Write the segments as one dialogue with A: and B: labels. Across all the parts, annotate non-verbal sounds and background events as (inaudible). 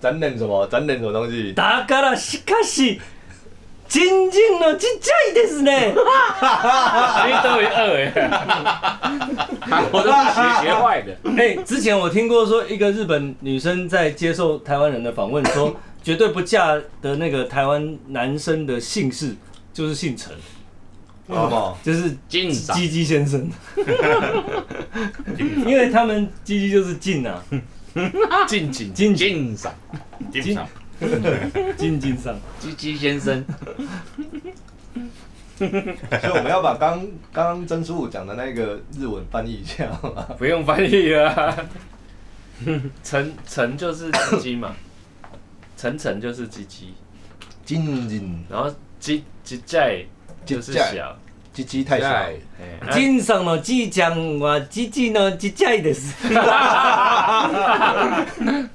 A: 残念什么？残念什么东西？
B: だからしかしジンジンのちっちゃいです
C: (laughs)
B: ね
C: 谁都有二哎，我都是学学坏的。
B: 哎、之前我听过说一个日本女生在接受台湾人的访问
C: (laughs)
B: 说绝对不嫁的那个台湾男生的姓氏就是姓陈，
A: 好不好？
B: 就是
C: 进长
B: 鸡鸡先
C: (laughs)
B: 生，因为他们鸡鸡就是进
C: (laughs)
B: 啊，
C: 进进
B: 进
C: 进赏，进赏，
B: 进进上。
C: 鸡鸡先 (laughs) 生，
A: 所以我们要把刚刚刚曾叔武讲的那个日文翻译一下嘛。
C: 不用翻译啊。陈陈就是鸡鸡嘛， (coughs) 陈陈就是鸡鸡，
A: 金金
C: 然后鸡鸡在就是
A: 鸡在
C: 小，
A: 鸡鸡太小，
C: 哎，啊
B: 金さんのじいちゃんはじじのちっちゃいです。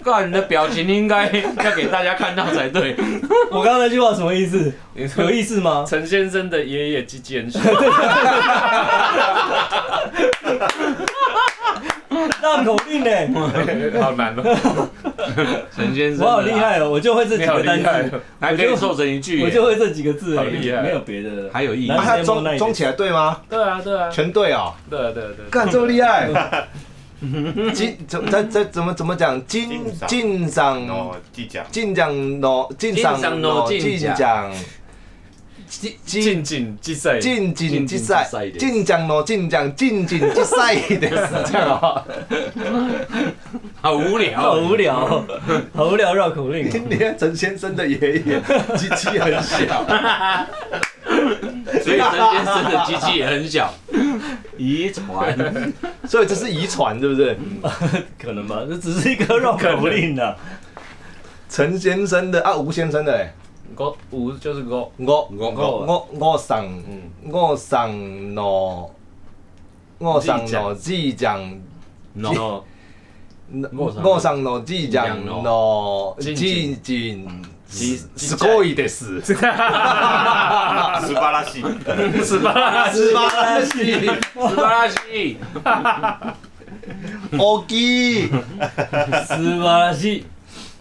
C: 干，你的表情应该要给大家看到才
D: (laughs)
C: 对。
B: (laughs) 我刚刚那句话什么意思？有意思
C: (laughs)
B: 吗？
C: 陈先生的爷爷鸡鸡很小，
B: 绕口令欸呢？
C: (laughs) 好难 (laughs) 哦。陈先
D: 啊
C: 生，
B: 我好厉，害哦，我就会这几
C: 你好
B: 个
C: 厉害
B: 单
C: 哦
B: 词，，
C: 还可以凑成一句耶，
B: 我就会这几个字而
C: 好
B: 已，
C: 厉害
B: 没有别的。
D: 还有意义
B: 那
A: 啊，他
B: 那
A: 中
B: 一点
A: 中起来对吗？
C: 对啊，对啊，
A: 全对哦，
C: 对啊，对啊，对啊。
A: 干这么厉害，金怎怎怎怎么怎么讲？金
E: 金赏
A: 金赏
E: 然后记讲，
A: 金奖喏，金赏
C: 金赏喏
A: 金
C: 金
A: 奖
C: 进进竞赛，
A: 金金之赛
D: 金金，之赛
A: 金奖喏，金奖金金之赛的是这样啊。
D: 好无
B: 好
D: 聊，
B: 无聊哦，好无聊绕口令哦。
A: 你看陈先生的爷爷机器很 (laughs) 小，
D: 所以陈先生的鸡鸡也很小， (laughs) 遗传。
A: 所以这是遗传，对不对？
B: 可能吧，这只是一个绕口令的。
A: 陈先生的啊，吴先生的、欸，
C: 五五就是五， (laughs)
A: 我
D: 我
A: 我嗯我上我上诺，我上诺记讲，
D: no，
A: 我上诺记讲诺记进。すごいです。素
E: 素晴らしい。
C: 十八
A: 晴らしい。
D: 斯巴拉西，
A: 大きい。
B: 素晴らしい，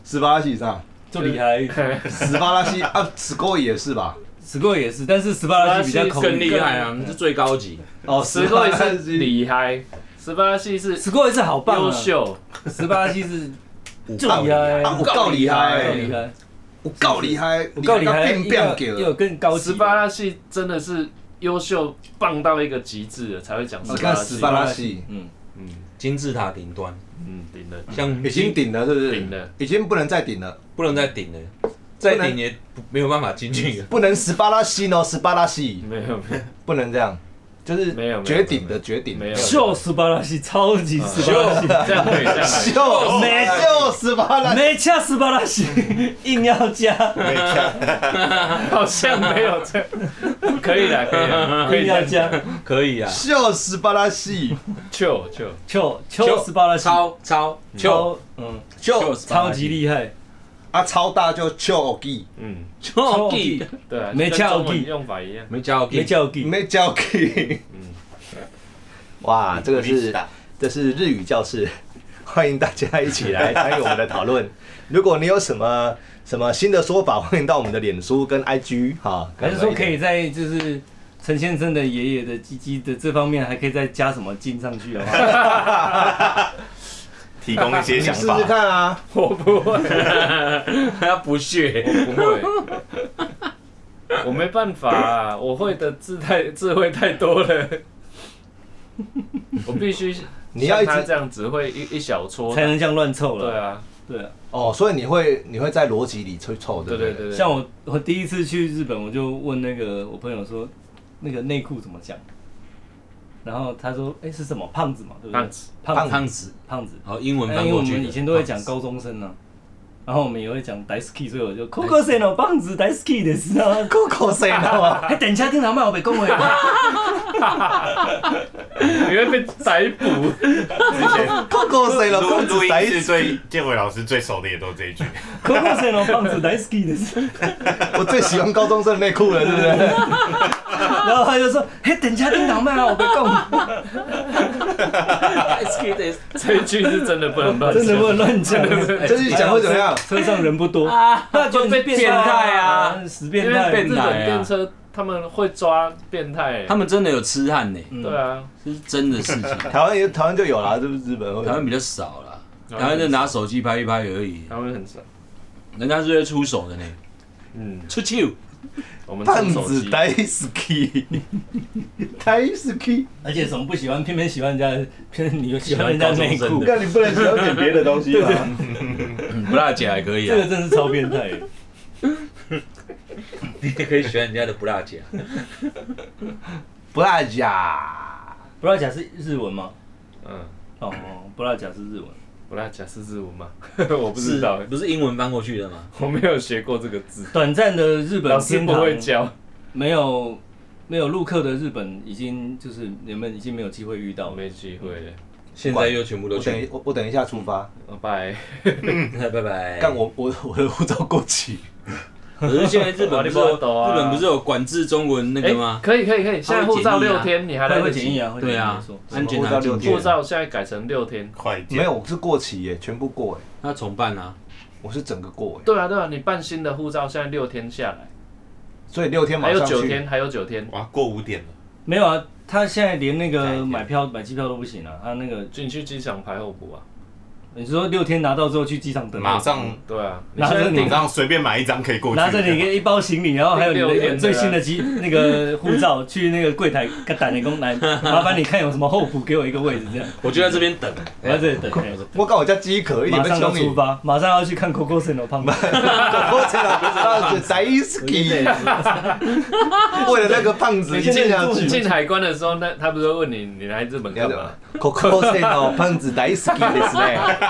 A: 素晴らしいさ。
B: 就厉害。
A: 素晴らしい啊，すごい也是吧？
B: すごい也是，但是素晴らしい比较口
D: 更
B: 语。
D: 厉害啊，是最高级。
A: 哦，
C: 十个是厉害，十八系是
B: すごい是好棒
C: 优
B: 啊，
C: 秀，
B: 十八系是就
A: 够
B: 厉害，
A: 啊，我够厉
B: 够
A: 害
B: 厉，害，
A: 我够厉害，
B: 我够厉害，
A: 变变给
B: 又有更高级
C: 十
B: 的。
C: 八系真的是优秀棒到一个极致了，才会讲十
A: 你
C: 八
A: 看斯
C: 系
A: 巴拉西
B: 嗯，
D: 金字塔顶端，
C: 嗯，顶了，
D: 像
A: 已经顶了，是不是？
C: 顶了，
A: 已经不能再顶了，
D: 不能再顶了，再顶也不没有办法进 (laughs) 去了。
A: 不能斯巴拉西呢，斯巴拉西
C: 没有没
A: 不能这样，就是
C: 没有没有
A: 绝顶的绝顶，
C: 没有
B: 秀素晴らしい，超级素晴らしい。
C: 有，这样可以这样来，
A: 秀
B: 没
A: 秀斯巴拉
B: 没恰斯巴拉西，硬要加，
C: 好像没有这样，可以啦，可以啦，可
B: 硬
C: 以
B: 要
C: 这样，
B: 加，
D: 可以啊，
A: 秀斯巴拉西，
C: 就就
B: 球球斯巴拉西，
D: 超超
B: 球嗯
A: 秀
B: 超级厉害，
A: 啊超大就秀给，
C: 嗯，
D: 超级，
C: 对啊，
B: 没
C: 跟
B: 翘
C: 中文
B: 地
C: 用法一样，
D: 没教
B: 没
D: 给，
B: 叫给，
A: 没教给，嗯哇，这个是。这是日语教室， (laughs) 欢迎大家一起来参与我们的讨论。 (laughs) 如果你有什么什么新的说法，欢迎到我们的脸书跟 IG 哈。
B: 还是说可以在就是陈先生的爷爷的鸡鸡的这方面，还可以再加什么进上去啊？
E: 提供一些
A: 你
E: 想
A: 试
E: 法
A: 试。看啊？
C: 我不会，
D: (laughs) 他不屑，
C: 不会。我没办法、啊，我会的字太智慧太多了，我必须
A: 你要一
C: 像他
A: 直
C: 这样只会一一小撮，
B: 才能这样乱凑
C: 对
B: 了。
C: 啊，
B: 对啊，
A: 哦，所以你会你会在逻辑里去凑，
C: 对
A: 对不
C: 对
A: 对？
C: 对对，
B: 像我我第一次去日本，我就问那个我朋友说，那个内裤怎么讲？然后他说，哎、是什么胖子嘛，对不对？
C: 胖子，
B: 胖子，
D: 胖子。
B: 胖子。
D: 好，英文
B: 哎
D: 翻
B: 因为我
D: 过去的。
B: 们以前都会讲高中生啊，然后我们也会讲 d i s k y 所以我就 Coco s e n 棒子 d i s k y 的是啊。
A: 够口谁呢？
B: (laughs) 哎，等一下，听堂麦我被恭维
C: (laughs) 你会被逮
B: (laughs)
C: 捕，
E: 之前
A: 够口谁了？
E: 录
A: 哦公
E: 录
A: 子
E: 音
A: 谁？
E: 是最建伟老师最熟的也都是这一句， (laughs)
B: ，Coco s e n 棒子 d i s k y 的是。
A: 我最喜欢高中生内裤了，对不对？
B: (laughs) 然后他就说：“嘿，等一下，叮当麦啊，我被供，
C: 这一句是真的不能乱讲，
B: 真的不能乱 (laughs) 讲。”
A: 这句讲会怎么样？
B: 哎车上人不多，
D: 啊，
B: 那就
D: 会被变态啊，
B: 死
C: 因
B: 变
C: 为
B: 态
C: 日
D: 变态啊
C: 本电车他们会抓变态欸，
D: 他们真的有痴汉呢，
C: 对啊，
D: 这是真的事情。
A: 台湾也台湾就有啦，这不是日本会
D: 台湾比较少啦，台湾就拿手机拍一拍而已，
C: 他们很少，
D: 人家是会出手的呢，
C: 嗯，
D: 出去。
C: 我们
A: 胖
C: 出手
A: 子
C: 机，
A: 大好 (laughs) き，大好き。
B: 而且什么不喜欢，偏偏喜欢人家，偏偏你又喜欢人家内
C: 喜欢高中
B: 裤
C: 生，
A: 那你不能喜欢点别的东西吗？
D: 嗯不辣姐还可以
B: 这个
D: 啊，
B: 真是超变态的。
D: 你也可以喜欢人家的不辣姐啊。
A: 不辣甲，
B: 布拉甲是日文吗？
C: 嗯，
B: 哦，布拉甲是日文。
C: 我来讲是日文吗？ (laughs) 我不知道欸，
D: 不是英文翻过去的吗？
C: 我没有学过这个字，
B: 短暂的日本
C: 老师
B: 天
C: 不
B: 堂
C: 会教，
B: 没有没有陆客的日本，已经就是你们已经没有机会遇到了。
C: 没机会了，
D: 现在又全部都
A: 我等
D: 去
A: 一，我我等一下出发。
C: 哦拜。
D: (coughs) 拜
B: 哎
D: 拜。
A: 但我我我的护照过期，
D: 可是现在日本不是有
C: 你不懂啊
D: 日本不是有管制中文那
C: 哎
D: 个，吗？
C: 可以可以可以，现在护照六天，你还来
B: 会
C: 得
B: 会检疫
C: 及。
B: 啊，会
D: 对啊
B: 检疫没错，
D: 安检拿进去
C: 护，照现在改成六天。
E: 快一点
A: 没，有是过期耶，全部过耶，
D: 那重办啊。
A: 我是整个过耶，
C: 对啊对啊，你办新的护照现在六天下来，
A: 所以六天马
C: 还有
A: 上
C: 九
A: 去。
C: 天，还有九天，
E: 哇，过五点了，
B: 没有啊，他现在连那
E: 改一
B: 个
E: 天
B: 买票买机票都不行了、啊，他那个
C: 你去机场排候补啊。
B: 你说六天拿到之后去机场等
E: 马
B: 啊，
E: 上
C: 对啊，你
B: 拿着
C: 现在
B: 你
E: 马
C: 顶
E: 上随便买一张可以过去。
B: 拿着你一包行李，然后还有你的
C: 六
B: 一
C: 天
B: 本
C: 的啊
B: 最新的机那个护照，去那个柜台跟打电工
E: (laughs)
B: 来，麻烦你看有什么候补给我一个位置这样，
D: 我就在这边等，
B: 我在这里等。哎
A: 我靠，我家饥渴，一点
B: 马
A: 被
B: 上要
A: 凶
B: 出
A: 你。
B: 发，马上要去看 Coco
E: (laughs)
B: 森罗胖
A: (laughs)
B: 子。
A: 我真的不知道，大好き。为了那个胖子，
B: 你现在
A: 竟然
B: 做
A: 去
C: 进海关的时候，那他不是会问你你来日本
A: 要
C: 干
A: 的
C: 嘛？
A: ，Coco さんのパンツ大好きですね。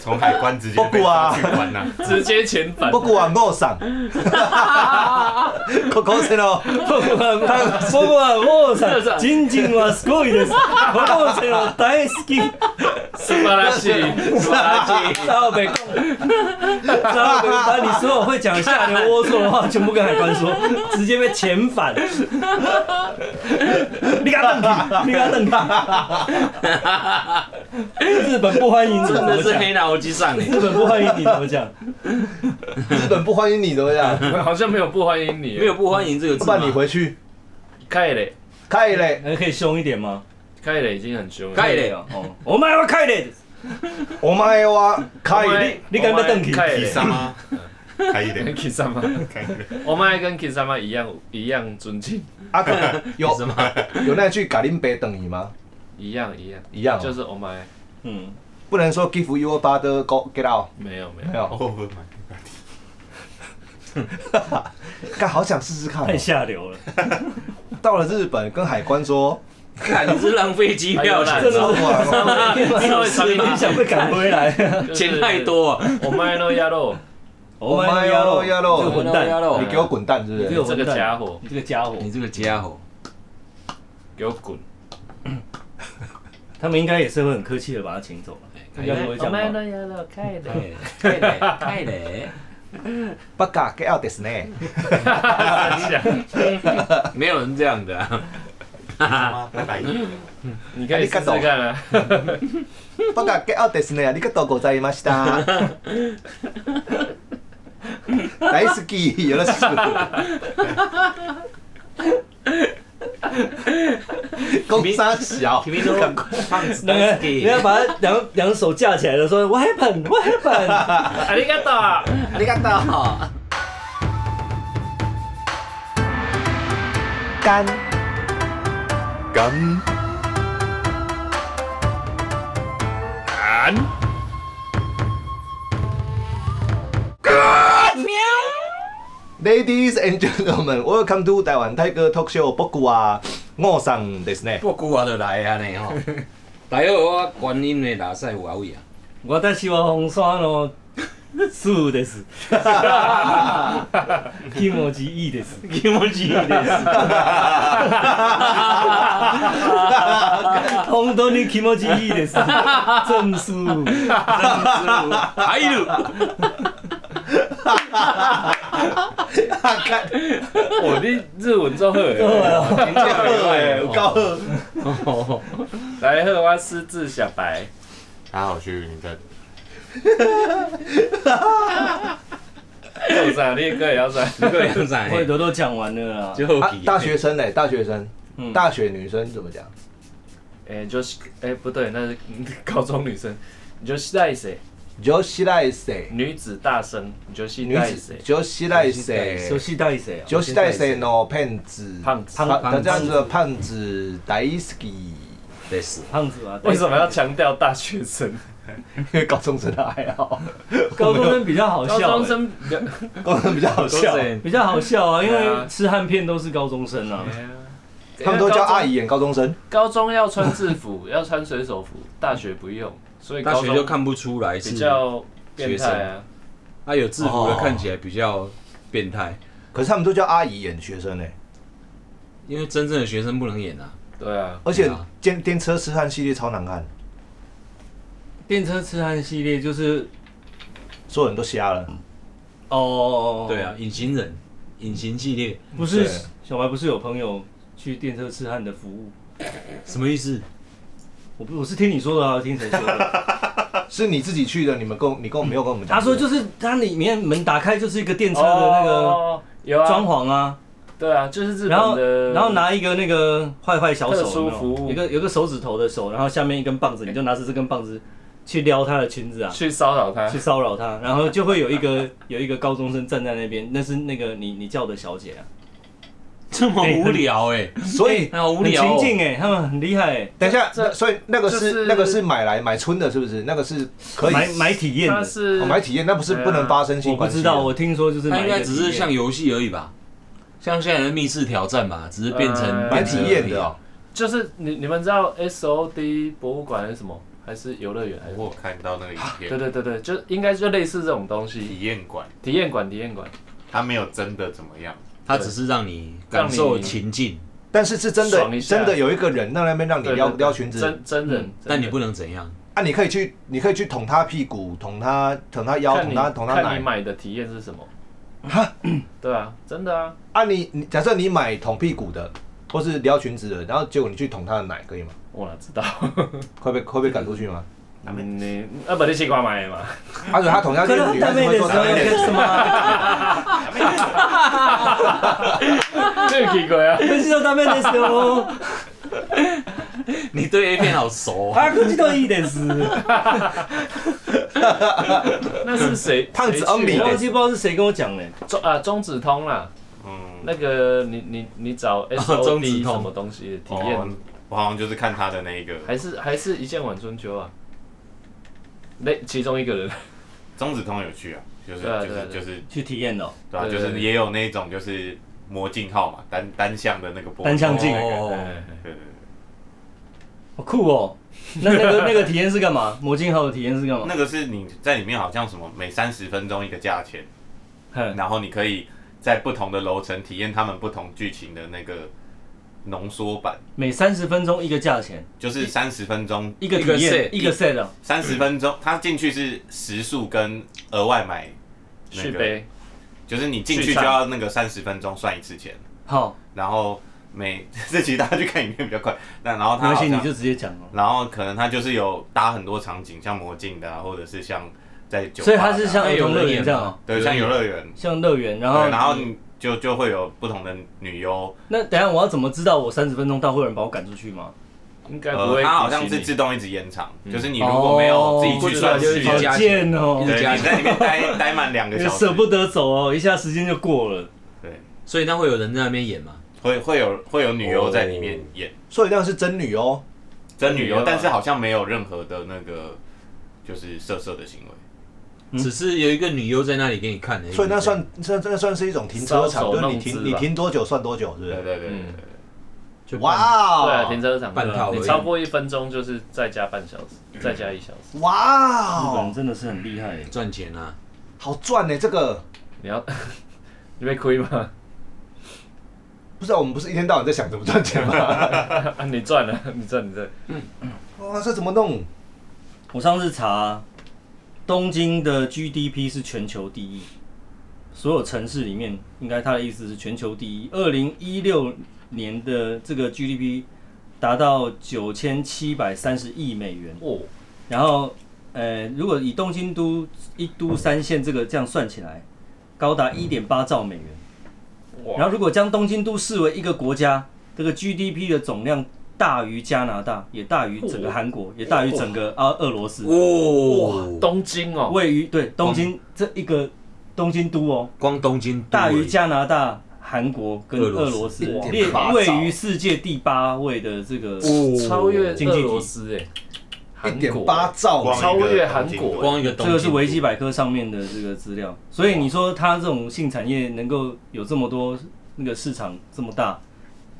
E: 从海关直接被抓去关啊
C: (laughs)
E: 呐，
C: 直接遣返。
A: 僕はゴー
C: (laughs)
A: さん。Coco さんの
B: 僕は、僕は王
E: (laughs)
B: さん、ジンジンはすごいです。王さんは大好き。
C: 素晴らし
B: (laughs)
C: い，素晴らしい。
B: 澤部君，澤部君把你所有会讲下流龌龊的话全部跟海关说，直接被遣返。你给他瞪你给他瞪日本不欢迎你，怎
D: (laughs) 真
B: 么
D: 的是
B: 讲？
D: 黑脑机上欸你。
B: 日本不欢迎你，怎么讲？
A: 日本不欢迎你，怎么样？
C: 好像没有不欢迎你，
D: 没有不欢迎这个字
A: 不
D: 吗？
A: 然你回去，
C: 开嘞，
A: 可以嘞。
B: 可以凶一点吗？
C: 开嘞已经很凶了。
D: 帰れ
B: 哦，お前は帰れ。
A: お前は可以。
B: 你敢不瞪起
C: 开
E: 提上吗？开一点
C: 跟，Kisama，
E: 开一点。
C: 我们还跟 Kisama 一样一样尊敬，
A: 啊，可有
D: 什么？
A: 有那句“嘎林北等你”吗？
C: 一样一样，
A: 一样哦，
C: 就是我们
B: 嗯，
A: 不能说 “give your brother go get out”，
C: 没有没
A: (laughs)
C: 有
A: 没。有。
E: 哦，不买，
A: 干，好想试试看哦。
B: 太下流了。
A: 到了日本，跟海关说，
D: (laughs) 看你是浪费机票
C: 哎
D: 了
C: 呦，
A: 真的是
B: 稍微长一点，想被赶回来。
D: 钱太。多啊。
C: 我们都压肉，
B: (laughs) 我
A: お前の野郎
B: 这个混蛋，
A: (laughs) 你给我滚蛋，是不
B: 你给
A: 是
B: 我？
C: 这个家伙
B: 你这个家伙，
D: 你这个家伙，
C: 给我滚！
B: 他们应该也是会很客气的把他请走了，应该不会这样吧？
C: 压肉开
D: 太累，太累，太累。
A: バカ get out ですね。
D: 没有人这样的啊。
E: 妈拜拜。
C: (laughs) 你可以试试看啊。
A: バカ get out ですね。ありがとうございました。大好き、よろしく。工三小，
D: 君都胖子
B: 那个，人家
D: 给，
B: 把他两两手架起来了，说 What happened? What happened?
C: ありがとう。
D: 你看到？
A: 干
E: 干
A: ，Ladies and gentlemen, welcome to 台湾泰哥 Talk Show。僕は我さんですね。
D: 不久我就来啊你吼。大家好，我观音的拉塞有熬夜。啊
B: 我在希望红山の素です。気持ちいいです。
D: 気持ちいいです。
B: 本当に気持ちいいです。正数。
D: 哎入る。
A: 看
C: 我的日文做好的，
A: 高二哎，有高二，
E: 啊
C: 来喝我私自小白，
E: 还好去你的
C: 做啥你个要啥？
D: 你个样子
B: 我也
D: 欸，
B: 都都讲完了啦。
D: 就好
A: 啊
D: 奇
A: 大学生哎，大学生
B: 嗯，
A: 大学女生怎么讲？
C: 哎，就是哎不对，那是高中女生，你就期待谁？
A: 你就期待谁？
C: 女子大生，你就期
A: 女
C: 待
A: 子
C: 谁？
A: 就期待谁？
B: 熟悉到谁啊？
A: 就期待谁呢？骗哦子，
C: 胖子
A: 胖，
D: 胖
A: 这样子的胖子大好き。
D: 得死，
B: 胖子啊？
C: 为什么要强调大学生？
A: 因 (laughs) 为高中生的还好，
B: 高中生比较好
C: 高
B: 笑
C: 中
B: 欸？
C: 生 (laughs) 比较
A: 高中生比较好笑，
B: 比较好笑啊，因
C: 对啊
B: 为吃汉片都是高中生啊。
A: 他们都叫阿姨演高中生。
C: 高中要穿制服， (laughs) 要穿水手服，大学不用，所以
D: 大
C: 高
D: 学就
C: 中
D: 看不出来是
C: 比，较变态啊。
D: 啊有制服的看起来比较变态，
A: 可是他们都叫阿姨演学生呢、欸
D: 因为真正的学生不能演啊，
C: 对啊，
A: 而且
D: 对啊
A: 电电车痴汉系列超难看，
B: 电车痴汉系列就是
A: 所有人都瞎了。
B: 哦，
D: 对啊，，隐形人，隐形系列
B: 不是
A: 对
B: 小白，不是有朋友去电车痴汉的服务？
D: 什么意思？
B: 我不我是听你说的啊，听谁说
C: (laughs)
B: 的？
A: 是你自己去的，你们跟我你跟我没有跟我们讲。
B: 他说就是它里面门打开就是一个电车的那个
C: 哦有啊，
B: 装潢啊，
C: 对啊，就是日
B: 然后
C: 本的，
B: 然后拿一个那个坏坏小
C: 特
B: 手
C: 殊
B: 有没有，
C: 服务哎
B: 有个有个手指头的手，然后下面一根棒子，你就拿着这根棒子去撩她的裙子啊。
C: 去骚扰他
B: 去。骚扰她，然后就会有一个有一个高中生站在那边，那是那个你你叫的小姐啊，
D: 这么无聊哎、
A: 所以、
D: 那好无
B: 很
D: 聊、
B: 情
D: 哦。
B: 境哎、他们很厉害哎、
A: 等一下，
C: 这
A: 那所以那个是、
C: 就是
A: 那个是买来买春的，是不是？那个是可以
B: 买买体验
C: 他
B: 的，
C: 是
A: 哦买体验，那不是不能发生性
B: 我不
A: 关系、啊
B: 知道，我听说就是
D: 它
B: 买
D: 应
B: 一个
D: 该只是
B: 体验
D: 像游戏而已吧，像现在的密室挑战吧，只是变成
C: 呃
A: 买
D: 电车
A: 体
D: 而已
A: 验的哦、
C: 就是你你们知道 S O D 博物馆还是什么，还是游乐园还是？
E: 我有看到那个影
C: 对
E: 片，
C: 对对对，就应该就类似这种东西，
E: 体验馆，
C: 体验馆体验馆，
E: 它没有真的怎么样，
D: 它只是让你感受情境，
A: 但是是真
C: 爽
A: 的
C: 一下
A: 真的有一个人在那边让你
C: 对
A: 撩
C: 对对
A: 撩裙子嗯
C: 真真人，
D: 但你不
C: 能
D: 能怎样。
A: 啊，你可以去你可以去捅他屁股，捅他捅他腰，
C: 看
A: 捅
C: 你
A: 他捅他
C: 看你
A: 奶
C: 买的体验是什么？ (coughs) 对啊，真的啊，
A: 啊你。你假设你买捅屁股的，或是撩裙子的，然后结果你去捅他的奶，可以吗？
C: 我哪
A: (laughs)
C: 知道？
A: 会被会被赶出去吗？
C: 嗯你啊，不，你西瓜买的嘛？ (laughs)
A: 而且他捅下去，
B: 可能
A: 女
B: 他
A: 孩子
B: 妹
A: 会
B: 的时
A: 说
B: 候
A: 打
B: 要
A: 妹
B: 跟什么？
C: 这个奇怪
A: (laughs)
C: 啊！
B: 可是说他妹的时候，
D: 你对 A 片好熟、哦，
B: (laughs) 啊，估计都一点是。
C: 那是谁？
A: 胖子
C: 谁去
A: 恩比
B: 我
A: 的
B: 忘记不知道是谁跟我讲嘞，
C: 中啊，中指通啦，
E: 嗯，
C: 那个你你
A: (laughs)
C: 你找 S
A: 哦
D: 中
C: O
D: 指
C: D
D: 通
C: 什么东西的体
E: 哦
C: 验，哎
E: 我好像就是看他的那一个
C: 还是还是一见晚春秋啊？那其中一个人，
E: 中指通有去啊，就是
C: 对啊
E: 就
C: 对啊
E: 是
C: 对
E: 就
C: 啊
E: 是
B: 去体验的哦，
E: 对啊，
C: 对
E: 就
C: 对
E: 是
C: 对
E: 也有那种就是魔镜号嘛，单单向的那个波，
B: 单向镜
D: 哦，
C: 哎
E: 啊对，对对。
B: 好酷哦。那那个那个体验是干嘛？魔镜号的体验是干嘛？
E: 那个是你在里面好像什么每三十分钟一个价钱，
B: 嘿
E: 然后你可以在不同的楼层体验他们不同剧情的那个浓缩版，
B: 每三十分钟一个价钱，
E: 就是三十分钟，
B: 一个
D: 一个
B: 体验
D: set，
B: 一个 set 啊。
E: 三十分钟，它进去是时速跟额外买那
C: 续
E: 个，
C: 杯
E: 就是你进去
C: 续
E: 就
C: 餐
E: 要那个三十分钟算一次钱，
B: 好，
E: 然后每 (laughs) 这其实大家去看影片比较快，那然后
B: 没
E: 它
B: 关
E: 好
B: 系，你
E: 像
B: 就直接讲哦。
E: 然后可能它就是有搭很多场景，像魔镜的啊，或者是像在酒吧的啊，
B: 所以它是像
D: 那
B: 儿
D: 有
B: 童乐
D: 人
B: 园
D: 演
B: 这样
D: 吗
B: 哦，
E: 对像游乐园，
B: 像乐园，然后
E: 对，然后你就就会有不同的女优，
B: 那等一下我要怎么知道我三十分钟到会有人把我赶出去吗？
C: 应该不
E: 呃，
C: 会。
E: 它好像是自动一直延长，
C: 嗯
E: 就是你如果没有自己去算
D: 哦
E: 时
D: 不知道
E: 间
B: 好
D: 就，是
B: 贱哦
D: 一直，
E: 对，
D: 加
E: 你在里面待 (laughs) 待满两个小时
B: 舍，不得走哦，一下时间就过了。
E: 对，
D: 所以那会有人在那边演吗？
E: 会会有会有女优在里面
D: 哦
E: 演
A: 所以那样是真女哦。
E: 真女
C: 女优
E: 优
C: 啊，
E: 但是好像没有任何的那个就是色色的行为，
B: 嗯
D: 只是有一个女优在那里给你看哎而已
A: 所以那算那那算是一种停车场，
C: 搔首
A: 就是
C: 弄
A: 你停
C: 姿吧
A: 你停多久算多久，是不
E: 对对
A: 是？
E: 对对
C: 嗯
E: 对
D: 就哇，
A: 哇
C: 对啊，
A: 哦，
C: 停车场
D: 半
C: 对啊
D: 套而已
C: 你超过一分钟就是再加半小时，再加一小时。
A: 哇
B: 日本人
C: 嗯
A: 哦，
B: 真的是很厉害欸耶，
D: 赚钱啊！
A: 好赚欸呢！这个
C: 你要 (laughs) 你被亏吗？ (laughs)
A: 不是啊，我们不是一天到晚在想怎么赚钱吗？
C: 啊你赚了，你赚你赚。
A: 哇，这怎么弄？
B: 我上次查，东京的 GDP 是全球第一，所有城市里面，应该他的意思是全球第一。二零一六年的这个 GDP 达到九千七百三十亿美元，
C: 哦，
B: 然后呃，如果以东京都一都三县这个这样算起来，高达一点八兆美元。
C: 哇
B: 然后如果将东京都视为一个国家，这个 GDP 的总量大于加拿大，也大于整个韩国，也大于整个啊俄罗斯。
D: 哦哇，
C: 东京哦，
B: 位于对东京这一个东京都哦，
D: 光东京
B: 大于加拿大、韩国跟
D: 俄
B: 俄
D: 罗斯
B: 罗斯，
A: 1.8
B: 列
A: 兆
B: 位于世界第八位的这个。
C: 超越
B: 经济
C: 俄
B: 体
C: 罗斯哎，韩
A: 一
C: 国
A: 点八兆
E: 光一个
C: 哦超越韩
E: 东京
C: 国
D: 光一个东
B: 这
D: 京，
B: 个是维基百科上面的这个资料，所以你说它这种性产业能够有这么多那个市场这么大，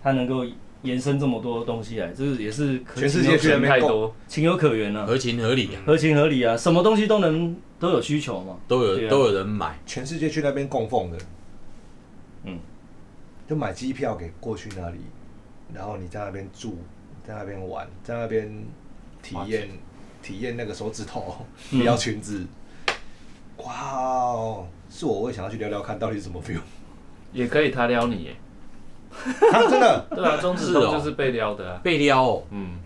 B: 它能够延伸这么多东西来，这个也是可
A: 全世界去那
C: 太
A: 边够，
C: 多，
B: 情有可原啊，
D: 合情合理啊，
B: 合情合理啊，什么东西都能都有需求嘛。
D: 都
B: 对
D: 有
B: 啊
D: 都有人买，
A: 全世界去那边供奉的，
B: 嗯，
A: 就买机票给过去那里，然后你在那边住，在那边玩，在那边体验体验那个手指
C: (laughs)
A: 头，
B: 嗯
A: 撩裙子，哇哦！是我，我也想要去聊聊看到底是什么 feel。 (laughs)
C: 也可以他撩你哎，
A: 啊真的，
C: 对啊，中指
D: 是
C: 头
D: 哦
C: 就是被撩的啊，
D: 被撩哦，
C: 嗯，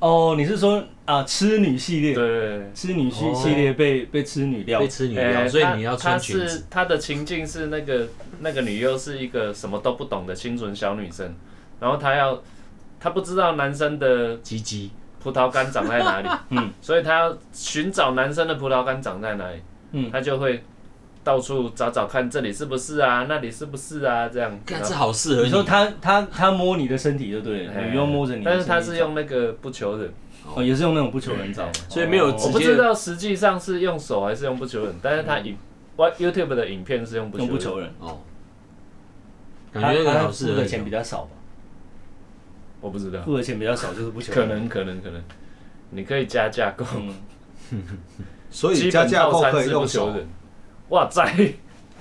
B: 哦，你是说啊痴女系列？
C: 对对
B: 痴女系
D: 哦
B: 系列被被痴女撩
D: 被，吃女
C: 对，哎
D: 撩，所以
C: 他
D: 你要
C: 他
D: 穿裙
C: 是
D: 子，
C: 他的情境是那个那个女优是一个什么都不懂的清纯小女生，然后她要她不知道男生的
D: 鸡鸡
C: 葡萄干长在哪里，
B: 嗯
C: 嗯，所以她要寻找男生的葡萄干长在哪里，
B: 嗯
C: 嗯，她就会到处找找看这里是不是啊，那里是不是啊，这样。
D: 看
C: 然后
D: 这好适合
B: 你
D: 你
B: 说她她她摸你的身体就对了，
C: 哎
B: 女优摸着你的
C: 但
B: 身
C: 是
B: 体，
C: 她是用那个不求人，
B: 哦也是用那种不求人招哦嘛，
D: 所以没有
C: 我
D: 直
C: 不
D: 接
C: 知道实际上是用手还是用不求人，但是她影 YouTube 的影片是用不
B: 用不
C: 求人。
B: 求人，
D: 哦，感觉那个
B: 她她
D: 好适
B: 付
D: 合
B: 的钱比
D: 你哦，
B: 较少吧，
C: 我不知
D: 啊
C: 道，
B: 付的钱比较少就是不求
C: 可
B: 人，
C: 能可能可能，你可以加价购，
A: 所以
C: 基
A: 加
C: 本
A: 价
C: 套
A: 购可
C: 餐
A: 以
C: 是
A: 用
C: 不求
A: 手，
C: 人。哇塞，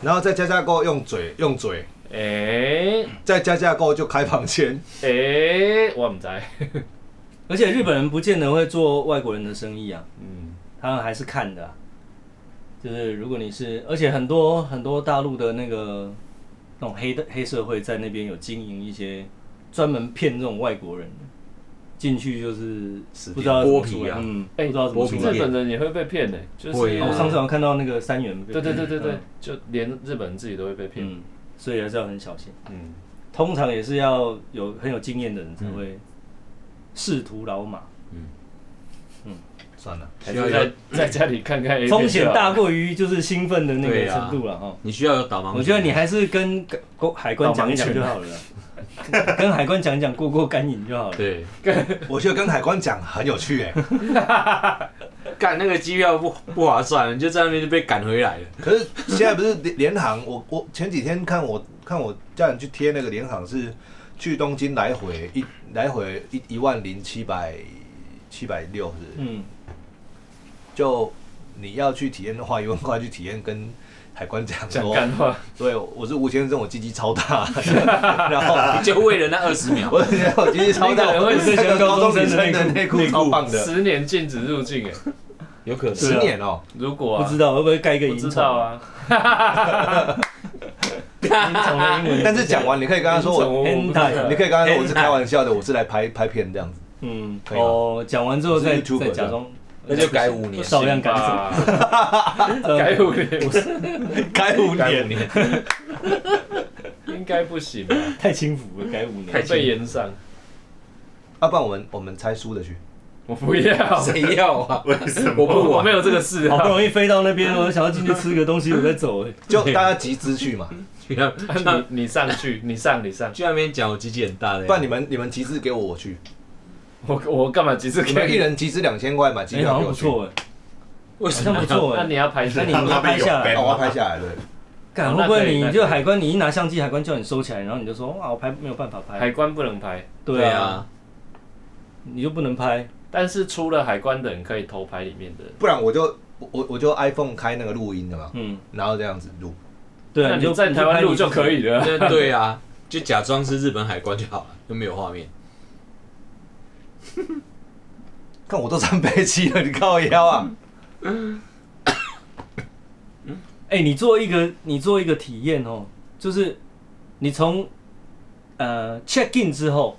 A: 然后再加价购用嘴，用嘴，
C: 哎
A: 再加价购就开房间。
C: 哎，我唔知，
B: 而且日本人不见得会做外国人的生意啊，
C: 嗯，
B: 他们还是看的啊、就是如果你是，而且很多很多大陆的那个那种黑的黑社会在那边有经营一些专门骗这种外国人的，进去就是
A: 死
B: 不知道怎么
D: 剥皮
B: 出来
D: 啊
B: 嗯，不
C: 哎
B: 知道怎么
D: 剥
B: 出
D: 皮
B: 来。
D: 店
C: 日本人也会被骗的，就是
D: 会啊
B: 哦我上次好像看到那个三元被
C: 对对对对对
B: 嗯，
C: 就连日本人自己都会被骗，
B: 嗯，所以还是要很小心。
C: 嗯，
B: 通常也是要有很有经验的人
D: 嗯
B: 才会仕途老马，
A: 算了，
C: 还
D: 需要
C: 是在在家里看看 A 片就好
B: (laughs) 风险大，过于就是兴奋的那个
D: 对啊
B: 程度了哈。
D: 你需要有导盲犬，
B: 我觉得你还是跟跟海关讲一讲就好了啦， (laughs) 跟海关讲一讲过过干瘾就好了。
D: 对，
A: 我觉得跟海关讲很有趣哎、
D: 干那个机票不不划算，你就在那边就被赶回来了，
A: 可是现在不是联联航，我我前几天看我看我家人去贴那个联航是去东京来回一来回一一万零七百七百六是不是
B: 嗯，
A: 就你要去体验的话，一万块去体验跟海关讲
C: 讲
A: 说，
C: 干话，
A: 对，我是吴先生，我鸡鸡超 (laughs) 大，然后
D: 你就为了那二十
A: (laughs)
D: 秒，
A: 我觉得我鸡鸡超大，
C: 那个人
A: 我
C: 会
A: 是
B: 像
A: 高
B: 高
A: 中
B: 中
A: 女
B: 生的
A: 生
B: 内
A: 的
B: 裤
A: 内裤超棒的，
C: 十年禁止入境哎，
D: 有可能
B: 是
A: 十
B: 啊
A: 年哦、
C: 如果
B: 不
C: 啊
B: 知道会不会盖一个
C: 不
B: 银
C: 知
B: 虫？
C: 道，啊，
B: 银虫 (laughs) 的英文。
A: 但是讲 (laughs) 哎完你可以跟他说我，
C: (laughs) 很大
A: 你可以跟他说我是开玩笑的，我是来拍拍片这样子。
B: 嗯，
A: 可以吗
B: 哦，讲完之后再
A: 我是 YouTuber，
B: 再假装，
D: 那就改五年，
B: 少量改走。
C: 啊， (laughs) 改五年
A: 开五
D: 改五，年，
C: 应该不行吧？
B: (laughs) 太轻浮了，改五
D: 太
B: 年。
D: 轻
C: 被延上，
A: 啊要、不然我们我们猜输的去。
C: 我不要，
D: 谁要啊？
E: 为什么？
D: (laughs) 我不
C: 我
D: 玩哦
C: 没，有这个事
B: 好不
C: 啊。
B: 容易飞到那边，我想要进去吃个东西，我再走。哎
A: 就大家集资去
B: (laughs)
A: 嘛，
D: 去那
C: 那你你上去，你上你上，
D: 去那边讲我鸡鸡很大的，
A: 不然你们你们集资给我，我
B: (laughs)
A: 去。
C: 我我干嘛急着
A: 你们
C: 看
A: 一？人集资两千块买机
B: 哎，
A: 票
B: 好
A: 给
B: 像
A: 我
B: 不
A: 去。
B: 错哎，
D: 为
B: 好
D: 什
B: 像
D: 么
B: 不
D: 要？
B: 错
C: 那
B: 哎。
C: (laughs) 你要拍摄
B: 那，你们要拍下
A: 哦
B: 来
A: 那，我要拍下来了。
B: 干会不会你就海关，你一拿相机，海关叫你收起来，然后你就说哇，我拍没有办法拍
C: 海。关不能拍，
B: 对啊，，你就不能拍。
C: 但是出了海关的人可以偷拍里面的人。
A: 不然我就我我我就 iPhone 开那个录音的嘛，
B: 嗯，
A: 然后这样子录。
B: 对啊，
C: 那
B: 你就
C: 你在台湾录就可
B: 以。
C: 以了。
D: 对对啊，就假装是日本海关就好了，又没有画面。
B: (laughs)
A: 看我都三杯七了，你靠腰啊！
B: 哎、你做一个你做一个体验哦，就是你从呃 check in 之后，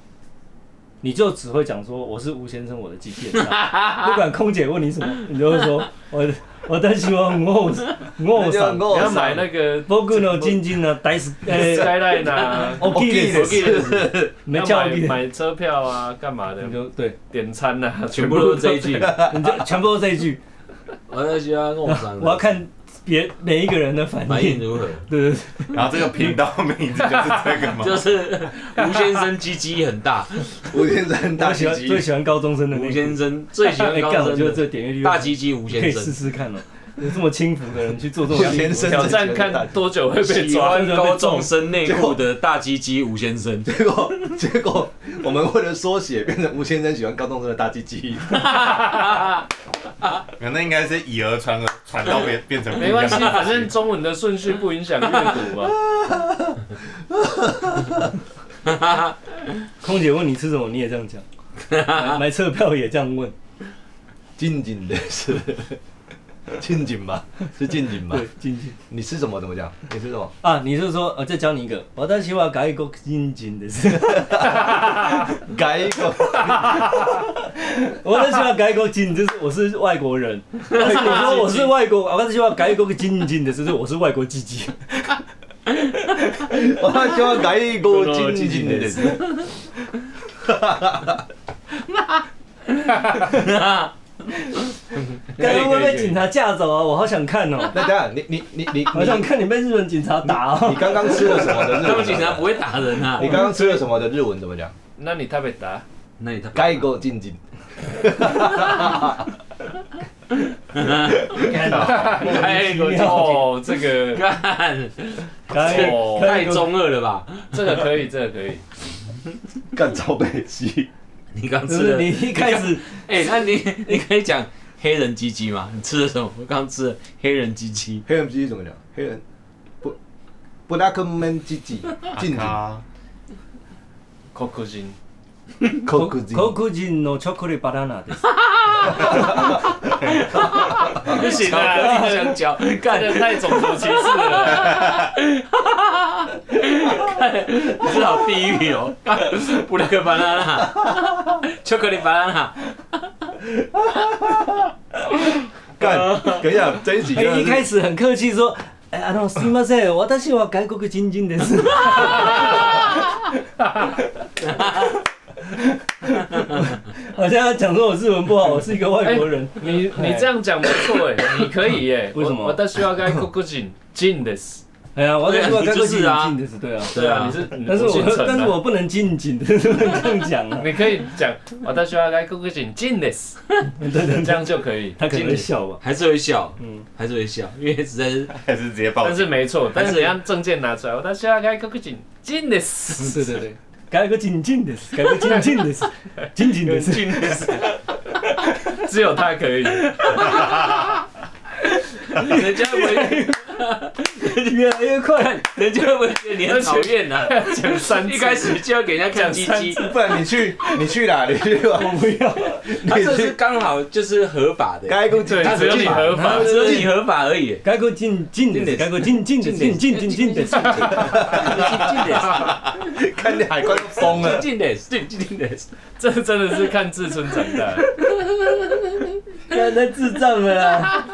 B: 你就只会讲说我是吴先生，我的机器
C: (laughs)
B: 人上，不管空姐问你什么，你就会说我我担心我我我
A: 就
B: 上，
A: 我
C: 你要买那
B: (laughs)
C: 个
B: 僕の金金呢，呆
C: (laughs)
B: 死哎，
C: Skyline 啊，
A: 哦
B: 我给
A: 我记得
B: 你，没
C: 要
B: 叫
C: 买
B: 你，
C: 买车票啊，干嘛的
B: 你？就对，
C: 点餐啊，
D: 全部都是这一句。
B: 你就全部都这一句，
D: 我要喜欢弄上，
B: 我要看别每一个人的反
D: 反
B: 应，
D: 应如何，
B: 对对对。
E: 然后这个频道名字就是这个嘛，
D: 就是吴先生鸡鸡很大，
A: (laughs) 吴先生大
B: 我喜
A: 喜
B: 欢
A: 机
B: 最喜欢高中生的那
D: 吴
B: 个
D: 先生 (laughs) 最喜欢
B: 哎干，
D: 高
B: 我觉得
D: 中
B: 这
D: 的
B: 点阅率
D: 大鸡鸡吴
B: 可以
D: 先
B: 试
D: 生，
B: 试看哦。有这么轻浮的人去做这
A: 吴
B: 种事
A: 先
B: 情，
A: 生
C: 挑战看多久会被
D: 喜
C: 抓。
D: 欢高 (laughs) 中生内裤的大鸡鸡吴先生，
A: 结果结果我们为了缩写变成吴先生喜欢高中生的大鸡鸡，
E: 没有那应该是以讹传讹，传到变变成不一
C: 没
E: 样
C: 关
E: 的
C: 系，反正中文的顺序不影响阅读啊嘛。
B: 空姐问你吃什么，你也这样
A: (laughs)
B: 讲，买买车票也这样问，
A: 近景的是近景吧？是近景吧
B: 对？，进去
A: 你吃什么？怎么讲？你吃什么？
B: 啊，你是说，呃，再教你一个，我但希望改一个紧紧的事， (laughs)
A: 改一个
B: 我但希望改一个紧，就是我是外国人，但是你说我是外国，我但希望改一个紧紧的事，就是我是外国鸡鸡，
A: 我希望改一个近景的事。
B: 刚刚会被警察架走啊，我好想看哦，
A: 那等一下，你你你你
B: 好想
A: 你
B: 看你被日本警察打哦
A: (laughs) 你。刚刚吃了什么的日
D: 他们
A: 文？
D: 警察不会打人啊
B: 哎
A: 你。刚刚吃了什么的日文怎么讲？
C: 那你特别答，
D: 那你他
A: 改一个近景。
D: 该
B: 莫名其妙
C: 哦，这个
D: 干，
B: 该
C: 哦
D: 太中二了吧？
C: 这个可以，这个可以。
A: 干超北极，
D: 你刚
B: 就
D: 吃
B: 是
D: 了
B: 你，一开始
D: 哎，那你你可以讲黑人鸡鸡吗？你吃了什么？我刚吃了黑人鸡鸡，
A: 黑人鸡怎么讲？黑人不不拉克曼鸡鸡，近景。
E: 啊，
C: c o c o j i n
A: 口口鸡，
B: 口哦口人のチョコレートバナナです。
D: 不行
C: 啊
D: 啊，香蕉，干
C: 这个太种 (laughs) 族歧视了。
D: 你是好地狱哦！布莱克巴娜娜，巧克力巴娜娜，
A: 干，等一下，这一集真的
B: 哎，
A: 是
B: 一开始很客气说，哎，あのすみません、私は外国人人です。好像要讲说我日文不好，我是一个外国人。
C: 你你这样讲不错哎，你可以耶。
B: 为什么
C: 我但需要该 c o c o j i n j i n 的 s
B: 哎呀，我
D: 对啊
B: 是外国
D: 你就是啊
B: 人人です，对啊。
C: 对啊，你
D: 你是
C: 是你
B: 但是我
C: 不姓陈
B: 但
C: 啊
B: 是我不能近景的，不能这样讲啊。
C: 你可以讲我但需要该 c o c o j i n j i n 的 s
B: 对对对，
C: 这样就可以。
B: 他可能会笑吧。
D: 还是会笑，
B: 嗯，
D: 还是会笑，因为实在是
E: 还是直接报
C: 但是
E: 警。
C: 没错，但
D: 但
C: 是
D: 是
C: 等一下证件拿出来，我但需要该 c o c o j i n j i n 的
B: 对
C: s
B: 对对。外国人人です、外国人人です、人人です。
C: 进的 (laughs) 是，只有他可以。
D: 人家会不会，
B: 越来越快。
D: 人家会不会觉得你很讨厌呐？
C: 讲三次
D: 一开始就要给人家看鸡鸡，
A: 不然你去，你去啦，你去吧，我不要。
D: (laughs) 他
A: 你
D: 这是
A: (laughs) 去，
D: 刚好就是合法的，
A: 该公鸡
C: 对，只有你合法
D: 他。只有你合法而已。
B: 外国人人です、外国人人です、人人人です。
A: 看你海关都疯了。
D: 进的，进进的，
C: 这真的是看志村长大。
B: 看他智障了啦！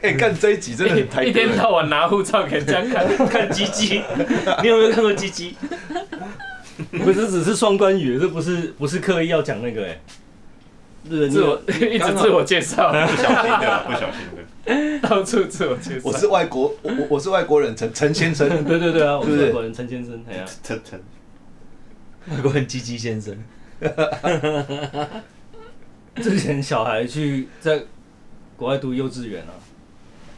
A: 哎，干这一集真的很抬
C: 一
A: 头
C: 天。到晚拿护照给人家 (laughs) 看，
D: 看鸡鸡，你有没有看过鸡鸡？
B: 不是，只是双关语，这不是不是刻意要讲那个哎、欸。日
C: 自我
B: 本
C: 一直自我介绍，
E: 不小心的，不小心的。
C: 到处自我介绍
A: 我。是外国，我我我是外国人，陈陈先生，
B: 对对对啊，我
A: 对不
B: 是
A: 对
B: 外国人陈先生，哎呀、
E: 陈陈，
D: 外国人鸡鸡先生，
B: (laughs) 之前小孩去在国外读幼稚园啊，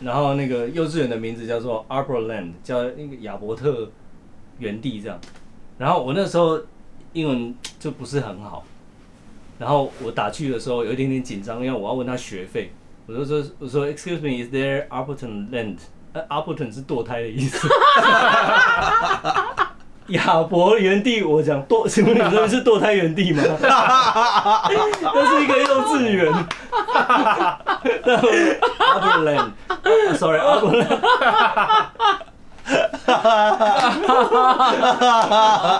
B: 然后那个幼稚园的名字叫做 Arborland，叫那个亚伯特园地这样。然后我那时候英文就不是很好，然后我打去的时候有一点点紧张，因为我要问他学费，我就说我说 Excuse me, is there Arborton land？呃，Arborton 是堕胎的意思。亚伯园地，我讲堕，请问你这边是堕胎园地吗？那是一个幼稚园。然后 Arborland，啊 sorry，阿古拉。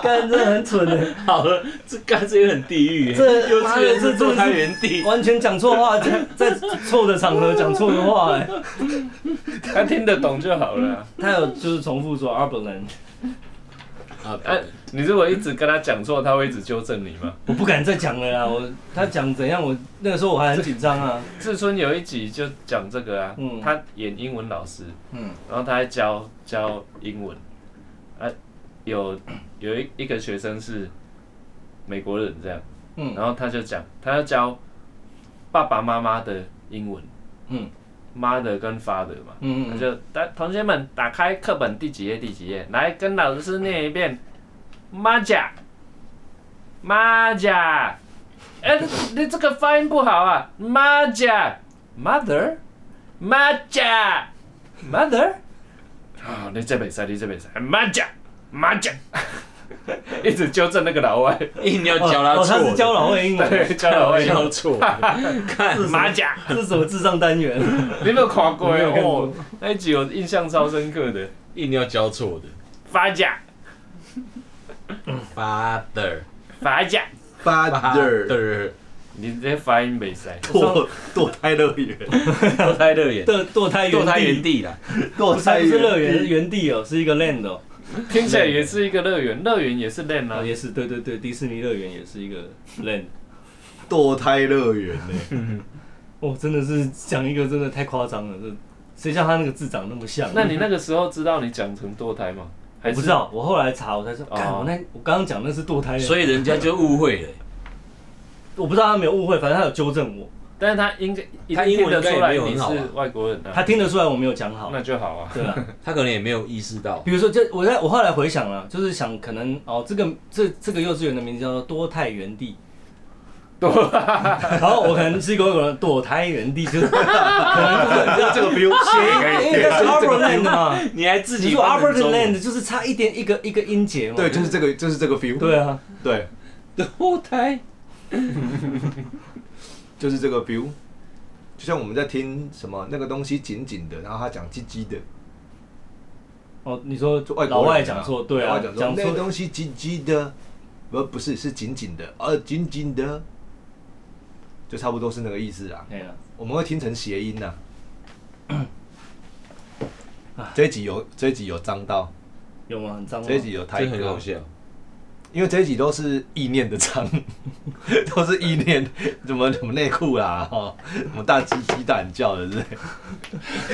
B: 干，这很蠢欸的，
D: 好了，这干这也很地狱耶，
B: 这
D: 幼
B: 妈
D: 稚
B: 的
D: 园
B: 这
D: 是坐
B: 真的
D: 在
B: 是
D: 原地，
B: 完全讲错话，在在错的场合讲错的话、哎，
C: 他听得懂就好了啊。
B: 他有就是重复说阿本人，
D: 啊，
C: 哎、你如果一直跟他讲错，他会一直纠正你吗？
B: 我不敢再讲了啦，我他讲怎样，我那个时候我还很紧张啊，
C: 志春有一集就讲这个啊，
B: 嗯
C: 他演英文老师，
B: 嗯
C: 然后他还教教英文，啊，有有一一个学生是美国人这样，
B: 嗯
C: 然后他就讲，他要教爸爸妈妈的英文，
B: 嗯
C: 妈的跟 father 嘛，
B: 嗯
C: 他
B: 嗯，
C: 就打同学们打开课本第几页第几页，来跟老师念一遍，妈甲，妈甲，哎、你这个发音不好啊，妈甲，mother，妈甲，mother，啊、你这边塞，你这边塞，妈甲，妈甲， (laughs) 一直纠正那个老外，
D: 硬要教他
B: 哦，他
D: 错的，
B: 是教老外英文，
C: 对，教老外
D: 教错的，看
C: 妈甲，
B: 这是什么智障单元？
C: 你有没有看过？
B: 我没有看过
C: 哦，那一集我印象超深刻的，
D: 硬要教错的
C: 发甲，
D: ，father
C: 发甲。
A: Father，
D: father，
C: 你这发音没塞，
A: 堕堕胎乐园，
B: (laughs)
D: 堕胎乐园，
B: 堕堕胎
D: 堕胎
B: 原
D: 原
B: 地，
D: 地啦，
A: 堕
C: 哦
B: 不是
A: 胎
B: 不是乐园，是
A: 地
B: 原地哦，是
C: 嗯
B: 一个 land 哦，
C: (laughs) 听起来也是一个乐园，乐园也是 land
B: 啊
C: 啊，
B: 也是，对对对，迪士尼乐园也是一个 land。
A: 堕胎乐
B: (laughs)
A: 园呢？
B: 哦，真的是讲一个真的太夸张了，这谁叫他那个字长那么像？
C: 那你那个时候知道你讲成堕胎吗？还
B: 我
C: 是
B: 不知道，我后来查我才知道，
C: 哦
B: 干我那我刚刚讲那是堕胎的，
D: 所以人家就误会了，
B: 我不知道他有没有误会，反正他有纠正我，
C: 但是他应该一定
D: 他英
C: 听
D: 文
C: 得
D: 应该
C: 出
D: 也
C: 来
D: 没有
C: 你
D: 很好啊
C: 是外国人啊，
B: 他听得出来我没有讲好，
C: 那就好啊。
B: 对啊。
D: 他可能也没有意识到
B: 比如说，这我在我后来回想了，就是想可能哦，这个这这个幼稚园的名字叫做多泰园地。多， (laughs) 然后我可能是一个外国人，堕胎园地
C: (laughs)
B: 就是，
A: 那这个 (laughs) 不用
B: 因为它是 Arbor Land 嘛，
D: 你还自
B: (laughs) 你
D: 己
B: 说
D: 翻
B: Arbor
D: 成中文
B: Land 就是差一点一个一个音节嘛， (laughs)
A: 对，就是这个，就是这个 feel。
B: 对啊，
A: (laughs) 对，
D: 堕胎，
A: 就是这个 feel。就像我们在听什么那个东西紧紧的，然后他讲鸡鸡的，
B: 哦，你说
A: 就外国
B: 老
A: 人
B: 外
A: 啊
B: 讲错，对
A: 老
B: 啊
A: 外，讲说
B: 讲
A: 那个
B: 错，
A: 东西紧紧的，不不是是紧紧的，呃紧紧的，就差不多是那个意思啦。
B: 哎呀，
A: 我们会听成谐音啊
B: (coughs)
A: 呐、这一集有这一集有脏到，
B: 有吗？很脏吗
A: 这？一集有抬
D: 这很
A: 高
D: 好，笑。
A: 因为这一集都是意念的脏， (laughs) 都是意念，什么什么内裤啦，哦，什么大鸡鸡大很叫的之类，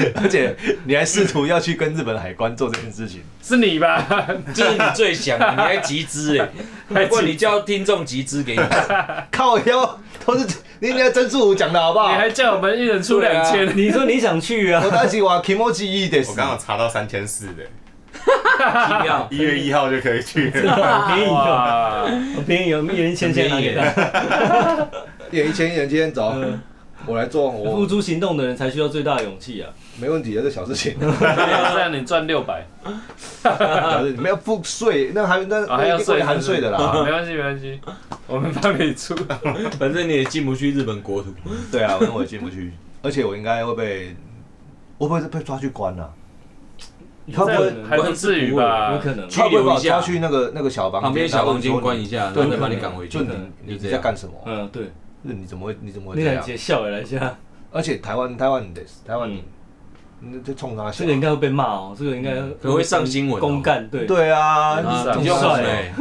A: (laughs) 而且你还试图要去跟日本海关做这件事情，
C: 是你吧？
D: 这是你最想的，你还集资 (laughs) 哎、欸，不然你叫听众集资给你，
A: 靠腰都是你人家曾树武讲的好不好
C: 你？还叫我们一人出两千，
B: 你说你想去啊
A: 我？当时我 Kimoji 一点，
E: 我刚好查到三千四的，
D: 不要
E: 一月一号就可以去了。
B: 好
A: 啊
B: (laughs) 便宜哦，
C: (laughs) 哇！
B: 好便宜哦，一人一千千拿给他。
A: 点一千一人今天走，
B: 嗯
A: 我来做，
B: 付
A: 我
B: 诸行动的人才需要最大的勇气啊！
A: 没问题的，这小事情。
C: (laughs) 这样你赚六百，
A: 表示你们要付税，那还那
C: 啊还要税
A: 那一定会含税的啦。
C: 哦没关系没关系，我们帮你出。
D: 反正你也进不去日本国土，
A: 对啊，那我也进不去，而且我应该会被，我会不会被抓去关啊？他不会
C: 这还不至于吧？
B: 有可能，
D: 拘
A: 他会不会
D: 留
A: 把
D: 一
A: 我抓
D: 下，
A: 去那个那个小房
D: (laughs) 旁边小房
A: 然
D: 间
A: 后说
D: 关
A: 你
D: 一下，然
A: 对
D: 后再把你赶回去
A: 就。你
D: 就
A: 你
D: 这
A: 在
D: 样。
A: 干什么？
B: 嗯，对，
A: 那你怎么会你怎么会
B: 你
A: 这
B: 俩
A: 样？
B: 姐笑了一下，
A: 而且台湾台湾你得台湾你
B: 嗯
A: 你这冲他笑
B: 这个。应该会被骂哦，这个应该
A: 嗯
D: 可能会上新闻哦
B: 公干，对， (laughs)
A: 对啊，
D: 啊，你就
A: 很
D: 好
A: 帅
D: 嘞，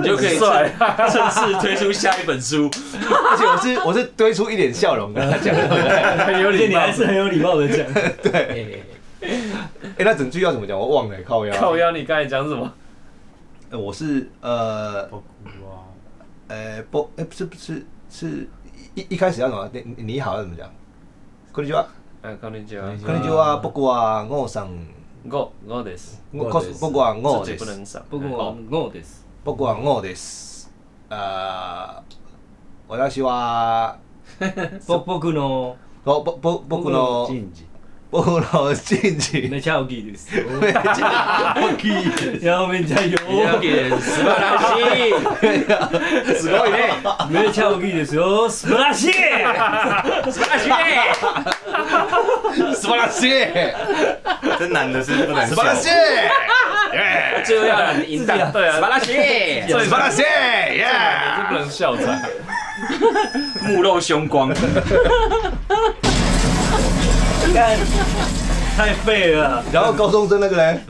D: 你就可以
C: 帅
D: 正正式推出下一本 (laughs) 书。
A: 而且我是我是堆出一脸笑容
B: (laughs)
A: 跟他讲，
C: 很有
B: 而且
C: 礼
B: 你
C: 貌
B: 还。是很有礼貌的讲，
A: (laughs)
D: 哎
A: 哎，那整句要怎么讲？我忘了，靠腰。
C: 靠腰，你刚才讲什么？
A: 呃，我是呃
E: 我哭啊
A: 呃不，哎、不是不是是一一开始要怎么？你你你好要怎么讲？こんにちは。
C: 嗯，こんにちは。
A: こんにちは。僕は我さん。
C: 我我です。
A: 我
D: 我です
A: 僕は我
C: 自己
A: で
C: 哦不
A: す。
C: 能上。
B: 不过我 this，
A: 僕は我です。あー、私は
B: 不不过呢，
A: ぼぼぼ僕の
D: 禁忌
A: 僕の人事。
B: 那叫 g this，
A: す
B: 然后后面加油，
D: 斯巴拉 (laughs) 西，
A: ごいね。
B: 那叫 g this，哦，素晴らしい，
D: 斯巴拉西，
A: (laughs) 素巴拉西，
E: (laughs) 这男的是不能
A: 斯巴拉西，
E: 笑。
A: 耶，
D: 最后要引导，
C: 对啊
D: 斯巴拉西，
C: 最
A: 斯巴拉西，
C: 你是
A: 耶，
C: 不能笑场。
D: 目露凶光，
B: 太废了。
A: 然后高中生那个 (laughs) 人，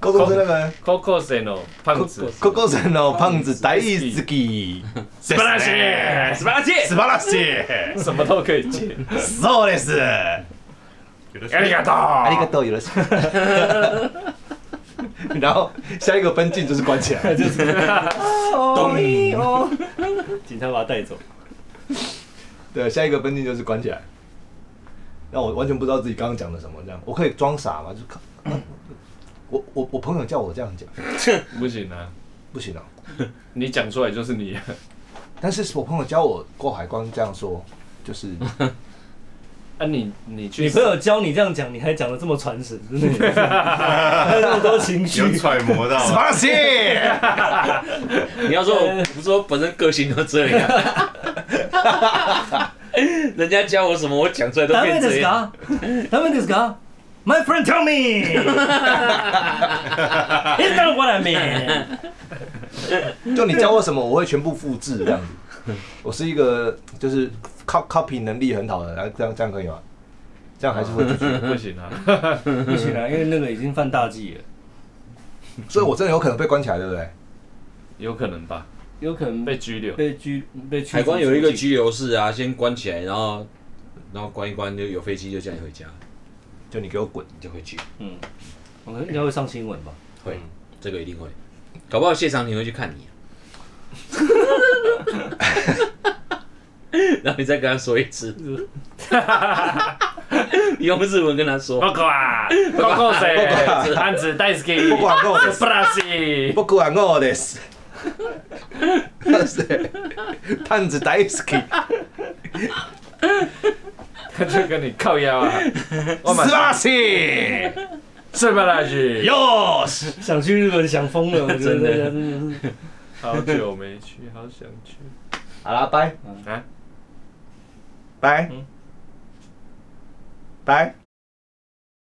A: 高中生那个人。
C: Coco Seno 胖子，
A: 高高生哦，胖子大好き。素晴らしい。
D: 斯巴拉西，
A: 素晴らし
C: 什么都可以接。
A: い。そうです。
C: ありが
A: あり
C: と
A: がとう，有了。 (laughs) 然后下一个分 (laughs) 镜就是关起来，
D: 咚，
B: 警察把他带走。
A: 对，下一个分镜就是关起来。让我完全不知道自己刚刚讲的什么，这样我可以装傻吗？就看， (coughs) 我我我朋友叫我这样讲，
C: う。不行啊，
A: 不行啊。
C: 你讲出来就是你。
A: 但是我朋友教我过海关这样说，就是
C: (laughs) 啊，你你去
B: 你朋友教你这样讲，你还讲的这么传神，真的，还有那么多情绪
E: 有。揣摩到啊
A: 素晴らしい。
D: 你要说我，不是说本身个性就这样， (laughs) 人家教我什么，我讲出来都
B: ダメ
D: 变
B: で
D: 这
B: すか？
D: 样。
B: ダメですか？My friend tell me. It's not what I mean.
A: 就你教我什么，我会全部复制这样子。 (laughs) 我是一个就是 cop copy 能力很好的，然后这样这样可以吗？这样还是会出去，
C: 不行啊，
B: 不行啊，因为那个已经犯大忌了，
A: 所以我真的有可能被关起来，对不对？
C: 有可能吧，
B: 有可能
C: 被
B: 被
C: 拘留。
B: 被拘被驱逐
D: 海关有一
B: 出
D: 个
B: 境
D: 拘留室啊，先关起来，然后然后关一关，就有飞机就叫你回家，
A: 就你给我滚！
D: 你就回去。
B: 嗯，我们应该会上新闻吧？
D: 会，这个一定会。搞不好谢长廷会去看你、啊 (laughs) 然后你再跟他说一次， (laughs) 你用日文跟他说，
C: Coco 啊，Coco 啊谁？
A: Coco
C: 胖子大好き。
A: 不管我的，
C: 不拉西，
A: 不管我的，探子大好き，
C: 他就跟你靠腰 (laughs) 啊。我
A: 素晴
C: 们
A: らしい。
C: 是不拉 (laughs) 西？
A: よし。
B: 想去日本想疯了，我觉得
D: 真的
B: 大家真的是
C: 好久没去，好想去
A: 好啦，拜
C: 啊！
A: 拜
C: 嗯
A: 拜。